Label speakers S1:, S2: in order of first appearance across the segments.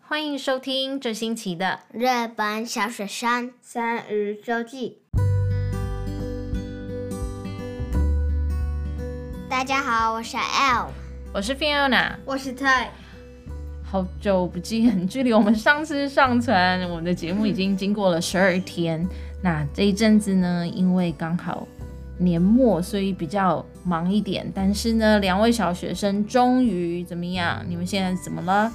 S1: 欢迎收听这星期的
S2: 日本小雪山三日周记。大家好，我是 L，
S1: 我是 Fiona，
S2: 我是 Ty。
S1: 好久不见， 距离我们上次上传我们的节目已经经过了十二天。那这一阵子呢，因为刚好年末，所以比较忙一点。但是呢，两位小学生终于怎么样？你们现在怎么了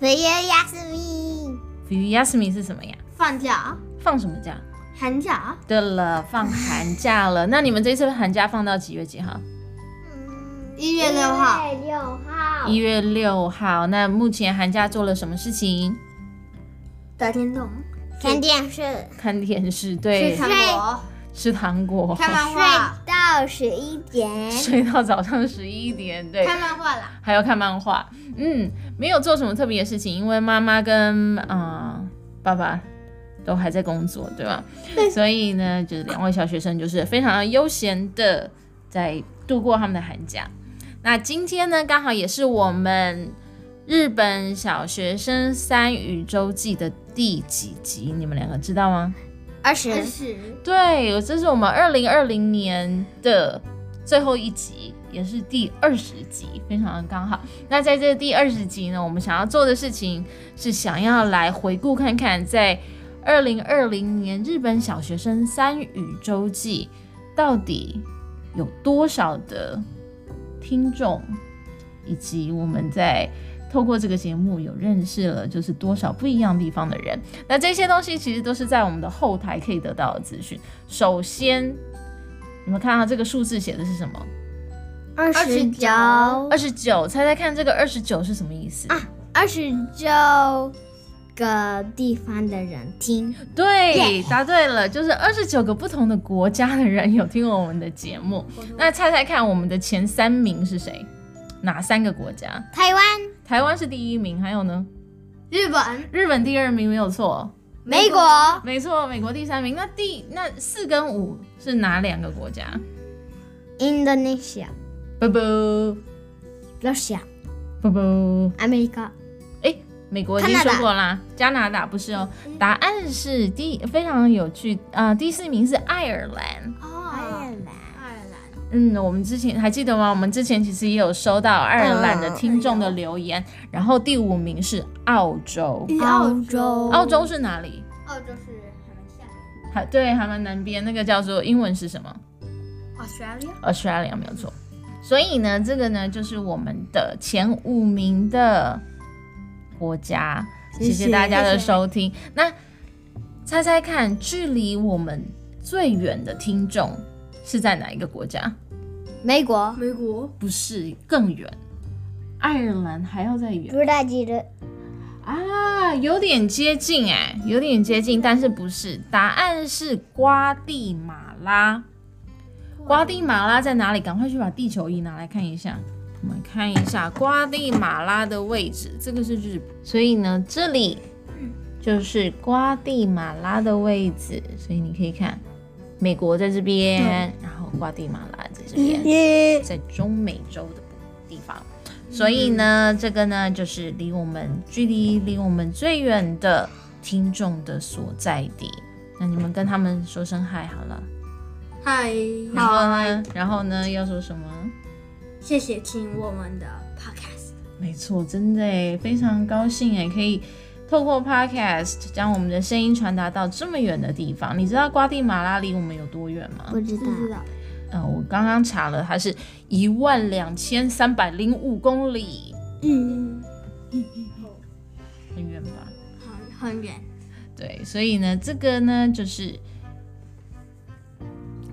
S2: v i y a s m i
S1: f u y a s m i 是什么呀？
S2: 放假，
S1: 放什么假？
S2: 寒假，
S1: 对了，放寒假了。那你们这次寒假放到几月几号？
S2: 一月六号，哦
S1: 一月六号。那目前寒假做了什么事情？
S2: 打电动，看电视，
S1: 看电视，对，
S2: 果，
S1: 吃糖果，
S2: 漫画，睡到十一 点，
S1: 睡到早上十一点，对，
S2: 漫画啦。
S1: 还要看漫画。嗯，没有做什么特别的事情，因为妈妈跟嗯、呃爸爸都还在工作，对吧？所以呢，就是两位小学生就是非常悠闲的在度过他们的寒假。那今天呢，刚好也是我们日本小学生三语周记的第几集？你们两个知道吗？
S2: 二十，
S1: 对，这是我们二零二零年的最后一集，也是第二十集，非常的刚好。那在这第二十集呢，我们想要做的事情是想要来回顾看看，在二零二零年日本小学生三语周记到底有多少的听众，以及我们在。透过这个节目，有认识了就是多少不一样地方的人。那这些东西其实都是在我们的后台可以得到的资讯。首先，你们看到这个数字写的是什么？
S2: 二十九，二
S1: 二十九，猜猜看这个二十九是什么意思？
S2: 啊十九个地方的人听，
S1: 对，答对了，就是二十九个不同的国家的人有听我们的节目。那猜猜看，我们的前三名是谁？哪三个国家？
S2: 台湾、
S1: 台湾是第一名，还有呢？
S2: 日本、
S1: 日本第二名，没有错，
S2: 美国、
S1: 没错，美国第三名。那第那四跟五是哪两个国家？
S2: Indonesia、
S1: 不不
S2: Russia、
S1: 不不，
S2: America。
S1: 哎，美国已经说过啦，加拿大不是哦。答案是第非常有趣啊、呃第四名是爱尔兰。
S2: 哦，爱尔兰，爱尔兰，
S1: 嗯，我们之前还记得吗？我们之前其实也有收到爱尔兰的听众的留言。然后第五名是澳洲，
S2: 澳
S3: 哦
S2: 洲
S1: 澳洲是哪里？
S3: 澳洲是海蛮下面
S1: 还对，还蛮南边，那个叫做英文是什么？
S3: ，Australia
S1: Australia 没有错。所以呢，这个呢就是我们的前五名的国家。
S2: 谢
S1: 谢
S2: 谢
S1: 谢大家的收听。那猜猜看，距离我们最远的听众是在哪一个国家？
S2: 美国，
S3: 美国
S1: 不是更远，爱尔兰还要再远
S2: 布拉吉的
S1: 啊，有点接近哎、有点接近，但是不是？答案是瓜地马拉。瓜地马拉在哪里？赶快去把地球仪拿来看一下。我们看一下瓜地马拉的位置，这个是日本，所以呢，这里就是瓜地马拉的位置，所以你可以看美国在这边，然后瓜地马拉在这边，
S2: 耶，
S1: 在中美洲的地方。所以呢，这个呢就是离我们距离离我们最远的听众的所在地。那你们跟他们说声嗨好了。
S3: 嗨，
S1: 然后呢？然后呢？要说什么？
S3: 谢谢听我们的 podcast，
S1: 没错，真的诶，非常高兴欸诶，可以透过 podcast 将我们的声音传达到这么远的地方。你知道瓜地马拉离我们有多远吗
S2: 不？知道，
S3: 道
S1: 呃，我刚刚查了，它是一万两千三百零五公里，
S2: 嗯，
S1: 很远吧？
S3: 很很远，
S1: 对，所以呢，这个呢就是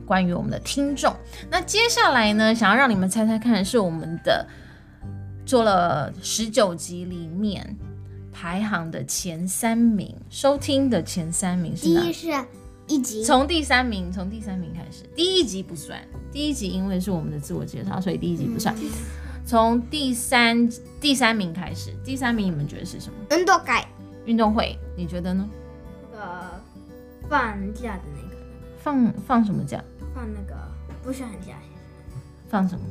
S1: 关于我们的听众。那接下来呢，想要让你们猜猜看，是我们的做了十九集里面排行的前三名，收听的前三名是
S2: 第
S1: 哪
S2: 一？是一集，
S1: 从第三名，从第三名开始。第一集不算，第一集因为是我们的自我介绍，所以第一集不算。
S2: 嗯
S1: 从第三第三名开始，第三名你们觉得是什么？
S2: 运动改
S1: 运动会，你觉得呢？
S3: 那个放假的那个
S1: 放放什么假？
S3: 放那个不是寒假，
S1: 放什么？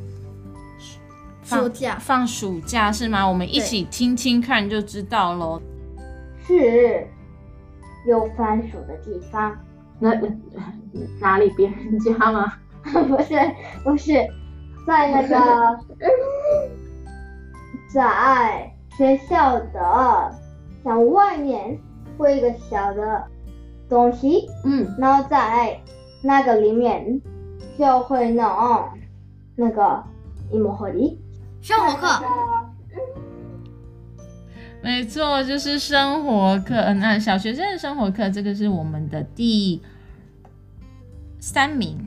S3: 暑假
S1: 放暑假是吗？我们一起听听看就知道喽。
S4: 是有番薯的地方，
S5: 那哪里别人家吗？
S4: 不是不是，在那个 在学校的像外面会有一个小的东西，
S5: 嗯，
S4: 然后在那个里面就会弄那个一模合一。
S3: 生活课，
S1: 没错，就是生活课。那小学生的生活课，这个是我们的第三名，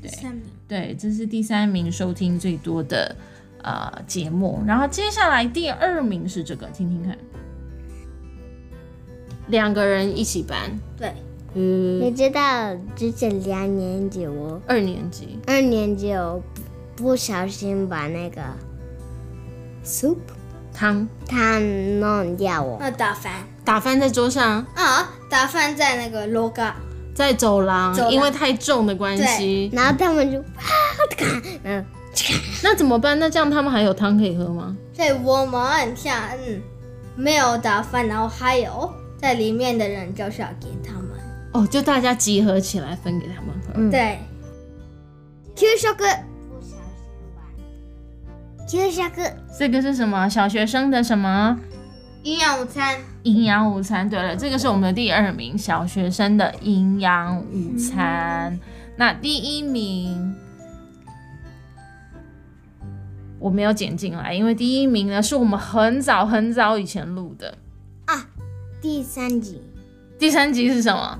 S1: 对
S3: 三名，
S1: 对，这是第三名收听最多的呃节目。然后接下来第二名是这个，听听看。两个人一起班，
S3: 对，
S1: 嗯
S2: 你，知道之前两年级我
S1: 二年级，
S2: 二年级我不不小心把那个 soup
S1: 汤
S2: 汤弄掉我，
S3: 那打翻
S1: 打翻在桌上，
S3: 啊，打翻在那个 logo，
S1: 在走廊，
S3: 走廊
S1: 因为太重的关系，
S2: 然后他们就哇，咔嗯，
S1: 那怎么办？那这样他们还有汤可以喝吗？
S3: 所以我们像嗯没有打翻，然后还有在里面的人就是要给他们，
S1: 哦，就大家集合起来分给他们喝。
S2: 嗯
S3: 对，
S2: 給食給食
S1: 这个是什么？小学生的什么
S3: 营养午餐，
S1: 营养午餐？对了，这个是我们的第二名，小学生的营养午餐。
S3: 嗯
S1: 那第一名我没有剪进来，因为第一名呢是我们很早很早以前录的。
S2: 第三集
S1: 第三集是什么？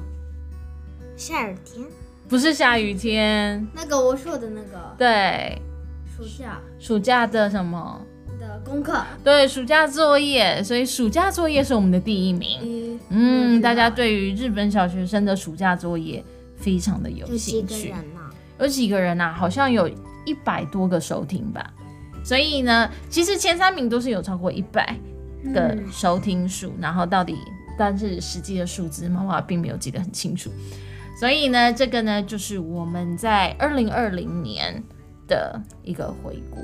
S2: 下雨天，
S1: 不是下雨天，
S3: 那个我说的那个
S1: 对，
S3: 暑假
S1: 暑假的什么？
S3: 的功课，
S1: 对，暑假作业，所以暑假作业是我们的第一名。
S3: 嗯，我
S1: 嗯，
S3: 知道
S1: 大家对于日本小学生的暑假作业非常的有
S2: 有几
S1: 兴
S2: 个
S1: 趣。
S2: 人呢？
S1: 有几个人呐、啊好像有一百多个收听吧。所以呢，其实前三名都是有超过一百个收听数，然后到底但是实际的数字，妈妈并没有记得很清楚。所以呢，这个呢就是我们在二零二零年的一个回顾。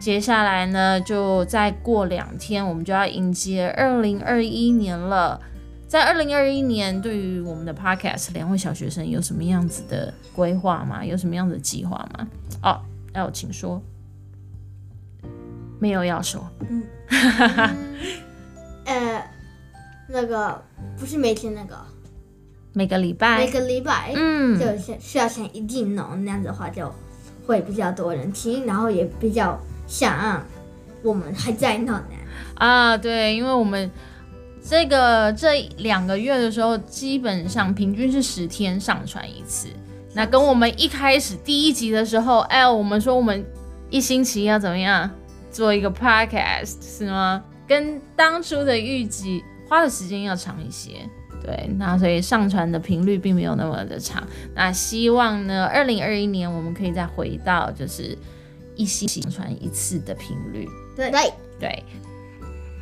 S1: 接下来呢，就再过两天，我们就要迎接二零二一年了。在二零二一年，对于我们的 Podcast，两位小学生有什么样子的规划吗？有什么样子的计划吗？哦，哎，我请说。没有要说，
S3: 嗯呃，那个不是每天那个，
S1: 每个礼拜，
S3: 每个礼拜，
S1: 嗯，
S3: 就先需要先一定弄，那样子的话就会比较多人听，然后也比较像我们还在弄呢。
S1: 啊，对，因为我们这个这两个月的时候，基本上平均是十天上传一次。那跟我们一开始第一集的时候，哎，我们说我们一星期要怎么样做一个 podcast 是吗？跟当初的预计花的时间要长一些。对，那所以上传的频率并没有那么的长。那希望呢，二零二一年我们可以再回到就是一星期上传一次的频率。
S3: 对
S2: 对，
S1: 对，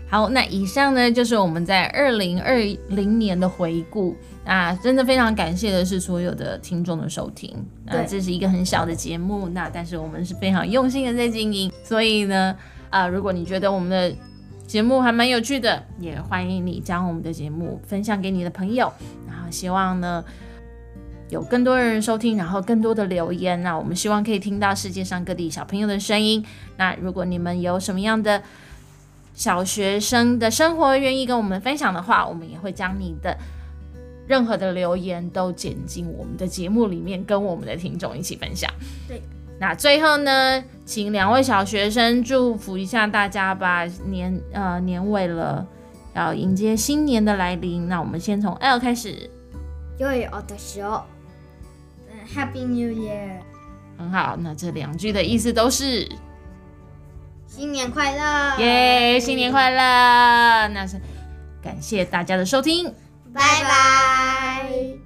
S1: 好，那以上呢就是我们在二零二零年的回顾。那真的非常感谢的是所有的听众的收听。那
S3: 对
S1: 这是一个很小的节目，那但是我们是非常用心的在经营。所以呢，啊、如果你觉得我们的节目还蛮有趣的，也欢迎你将我们的节目分享给你的朋友。然后希望呢。有更多人收听，然后更多的留言，那我们希望可以听到世界上各地小朋友的声音。那如果你们有什么样的小学生的生活愿意跟我们分享的话，我们也会将你的任何的留言都剪进我们的节目里面，跟我们的听众一起分享。
S3: 对，
S1: 那最后呢，请两位小学生祝福一下大家吧，年呃年尾了，要迎接新年的来临。那我们先从 L 开始，
S2: 良いお年を。
S3: 嗯，Happy New Year，
S1: 很好。那这两句的意思都是。
S3: 新年快乐！
S1: 耶新年快乐！那是感谢大家的收听。
S3: 拜拜。